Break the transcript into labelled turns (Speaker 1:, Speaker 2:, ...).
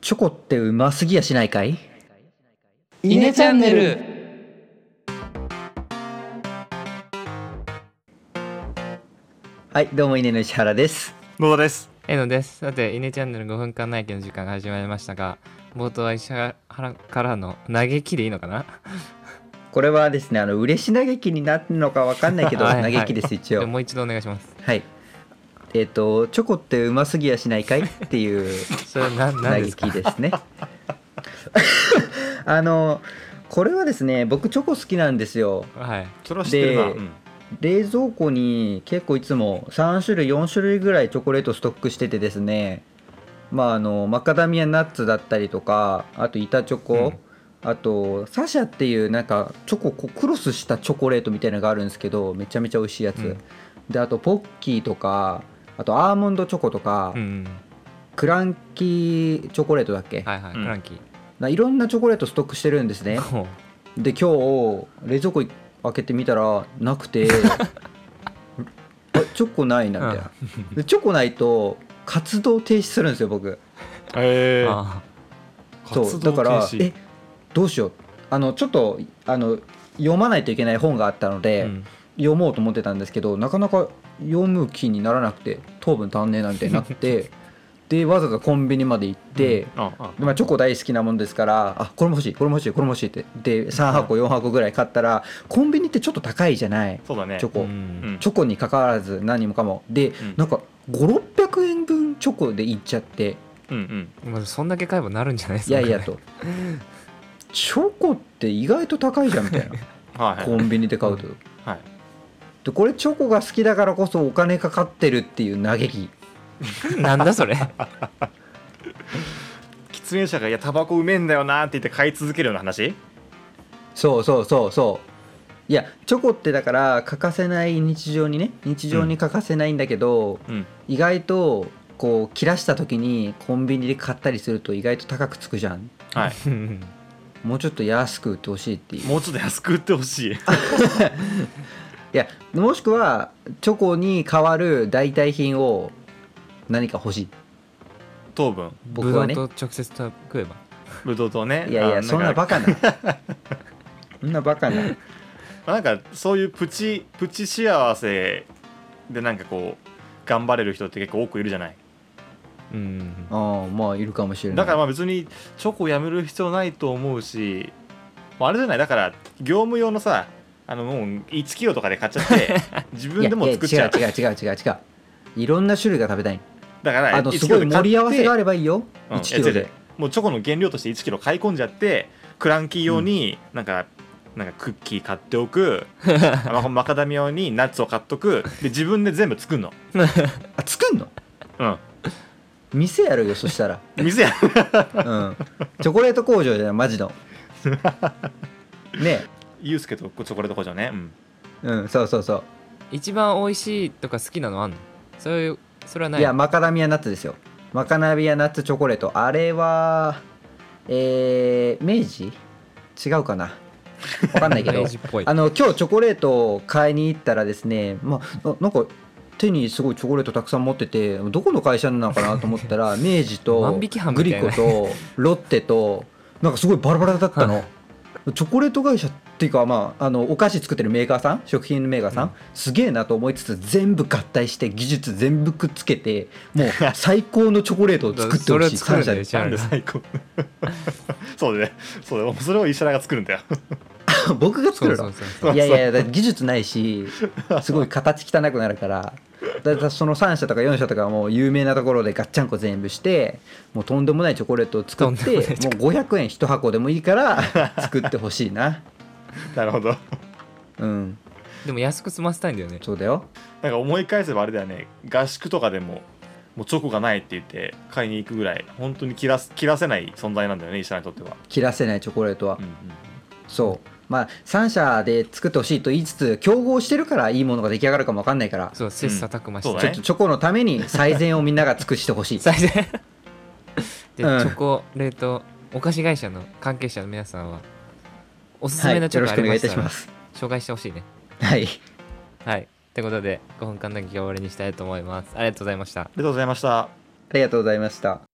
Speaker 1: チョコってうますぎやしないかい
Speaker 2: イネチャンネル
Speaker 1: はいどうも稲の石原です
Speaker 3: 野田です。
Speaker 2: えのですさて「イネチャンネル5分間内見」の時間が始まりましたが冒頭は石原からの嘆きでいいのかな
Speaker 1: これはですねあの嬉し嘆きになってるのかわかんないけど
Speaker 2: はいはい
Speaker 1: 嘆きです一
Speaker 2: じゃあ
Speaker 1: 応
Speaker 2: もう一度お願いします
Speaker 1: はいえっ、とチョコってうますぎやしないかいっていう
Speaker 2: それな何
Speaker 1: 嘆
Speaker 2: ですか
Speaker 1: きですね あのこれはですね僕チョコ好きなんですよ
Speaker 2: はい
Speaker 3: それは知ってるな。
Speaker 1: で
Speaker 3: うん
Speaker 1: 冷蔵庫に結構いつも3種類4種類ぐらいチョコレートストックしててですねまああのマカダミアナッツだったりとかあと板チョコ、
Speaker 2: うん
Speaker 1: あとサシャっていうなんかチョコこうクロスしたチョコレートみたいなのがあるんですけどめちゃめちゃ美味しいやつ、
Speaker 2: うん
Speaker 1: であとポッキーとかあとアーモンドチョコとか、
Speaker 2: うんうん
Speaker 1: クランキーチョコレートだっけ、
Speaker 2: はいはい
Speaker 3: うん
Speaker 2: クランキー
Speaker 1: ないろんなチョコレートストックしてるんですね
Speaker 2: こ
Speaker 1: で今日冷蔵庫開けてみたらなく てあチョコないなみたいな、でチョコないと活動停止するんですよ僕
Speaker 2: う
Speaker 3: ええ。
Speaker 2: あ
Speaker 1: そうだから
Speaker 3: 活動停止
Speaker 1: えどうしようあのちょっとあの読まないといけない本があったの
Speaker 2: あ
Speaker 1: で、
Speaker 2: うん
Speaker 1: 読もうと思ってたんですけどなかなか読む気にならなくて糖分足んねえなみたいになって でわざわざコンビニまで行って、
Speaker 3: ああ
Speaker 1: でまあ、チョコ大好きなもんですからあこれも欲しいこれも欲しいこれも欲しいってで3箱4箱ぐらい買ったらコンビニってちょっと高いじゃない
Speaker 3: そうだね
Speaker 1: チョ。
Speaker 2: う
Speaker 1: コ、
Speaker 2: ん
Speaker 1: チョコにかかわらず何もかもで、
Speaker 3: ん
Speaker 1: なんか5600円分チョコでいっちゃって
Speaker 3: うんうん。
Speaker 2: まあそんだけ買えばなるんじゃないです
Speaker 1: い
Speaker 2: か
Speaker 1: やいやとチョコって意外と高いじゃんみたいな
Speaker 3: はい
Speaker 1: コ
Speaker 3: はい
Speaker 1: ンビニで買うと
Speaker 3: はい。
Speaker 1: でこれチョコが好きだからこそお金かかってるっていう嘆き
Speaker 2: なん だそれ
Speaker 3: 喫煙者がいやタバコうめえんだよなって言って買い続けるような話？
Speaker 1: そうそうそうそういやチョコってだから欠かせない日常にね日常に欠かせないんだけど、
Speaker 3: うん。
Speaker 1: 意外とこう切らした時にコンビニで買ったりすると意外と高くつくじゃん
Speaker 3: はい。
Speaker 2: うん
Speaker 1: もうちょっと安く売ってほしいっていう
Speaker 3: もうちょっと安く売ってほし い。
Speaker 1: いやもしくはチョコに代わる代替品を何か欲しい
Speaker 3: 糖分、
Speaker 1: 僕はね
Speaker 2: ぶどうと直接食べえば
Speaker 3: ブドウ糖ね。
Speaker 1: いやい
Speaker 3: あ
Speaker 1: やそんなバカなそんなバカな
Speaker 3: なんかそういうプチプチ幸せでなんかこう頑張れる人って結構多くいるじゃない。
Speaker 2: うん
Speaker 1: あまあいるかもしれない
Speaker 3: だからまあ別にチョコをやめる必要ないと思うし、まあ、あれじゃないだから業務用のさあのもう1キロとかで買っちゃって 自分でも作っちゃう
Speaker 1: いやいや違う違う違う違ういろんな種類が食べたい
Speaker 3: だから
Speaker 1: あの
Speaker 3: 1
Speaker 1: す
Speaker 3: キ
Speaker 1: ご
Speaker 3: ロ
Speaker 1: い
Speaker 3: で買って
Speaker 1: 盛り合わせがあればいいよ、
Speaker 3: うん
Speaker 1: 1キロ
Speaker 3: いや違う
Speaker 1: で
Speaker 3: 違もうチョコの原料として1キロ買い込んじゃってクランキー用になんか、なんかクッキー買ってお くあのマカダミア用にナッツを買っとくで自分で全部作るの
Speaker 1: あ作んの
Speaker 3: うん
Speaker 1: 店やるよそしたら
Speaker 3: 店や
Speaker 1: うんチョコレート工場じゃないマジのね
Speaker 3: ユースケとチョコレート工場ねうん
Speaker 1: うんそうそうそ
Speaker 2: 一番美味しいとか好きなのあんのそういうそれは
Speaker 1: う
Speaker 2: ない
Speaker 1: いやマカダミアナッツですよマカダミアナッツチョコレートあれはえー、明治違うかなわかんないけ ど
Speaker 2: 明治っぽい
Speaker 1: あの今日チョコレートを買いに行ったらですねまあななんか手にすごいチョコレートたくさん持っててどこの会社なのかなと思った ら明治と
Speaker 2: 万引き犯
Speaker 1: グ
Speaker 2: み
Speaker 1: リ
Speaker 2: たいな
Speaker 1: コとロッテとなんかすごいバラバラだったの、
Speaker 2: はい
Speaker 1: チョコレート会社っていうか、まあ、あのお菓子作ってるメーカーさん食品メーカーさん、
Speaker 2: うん
Speaker 1: すげえなと思いつつ全部合体して技術全部くっつけてもう最高のチョコレートを作ってほしい
Speaker 2: それを作るんだ
Speaker 1: 三社で
Speaker 2: よじゃあ
Speaker 3: なんで最高 そうだねそうだよそれを石原が作るんだよ
Speaker 1: 僕が作
Speaker 2: そう
Speaker 1: る
Speaker 2: そ
Speaker 1: の
Speaker 2: うそうそう
Speaker 1: いやいやだって技術ないしすごい形汚くなるからだからその3社とか4社とかもう有名なところでガッチャンコ全部してもうとんでもないチョコレートを作っ
Speaker 2: とんでもない
Speaker 1: てもう500円1箱でもいいから作ってほしいな
Speaker 3: なるほど
Speaker 1: うん
Speaker 2: でも安く済ませたいんだよね
Speaker 1: そうだよ
Speaker 3: なんか思い返せばあれだよね合宿とかでももうチョコがないって言って買いに行くぐらい本当に切らす切らせない存在なんだよね石原にとっては、
Speaker 1: 切らせないチョコレートは
Speaker 3: うんうん
Speaker 1: そうまあ3社で作ってほしいと言いつつ競合してるからいいものが出来上がるかも分かんないから
Speaker 2: そう切磋琢磨して、
Speaker 3: そう
Speaker 1: ち
Speaker 3: だ
Speaker 1: ょっ
Speaker 3: ね
Speaker 1: とチョコのために最善をみんなが尽くして ほしい
Speaker 2: 最初で、
Speaker 1: うん
Speaker 2: チョコレートお菓子会社の関係者の皆さんはおすす
Speaker 1: はい
Speaker 2: め
Speaker 1: よろ
Speaker 2: の
Speaker 1: し
Speaker 2: チョコあ
Speaker 1: くお願
Speaker 2: りま
Speaker 1: いい
Speaker 2: した
Speaker 1: たし
Speaker 2: ら、
Speaker 1: ます
Speaker 2: 紹介してほしいね
Speaker 1: はい
Speaker 2: はいってことで5分間だけ終わりにしたいと思いますありがとうございました
Speaker 3: ありがとうございました
Speaker 1: ありがとうございました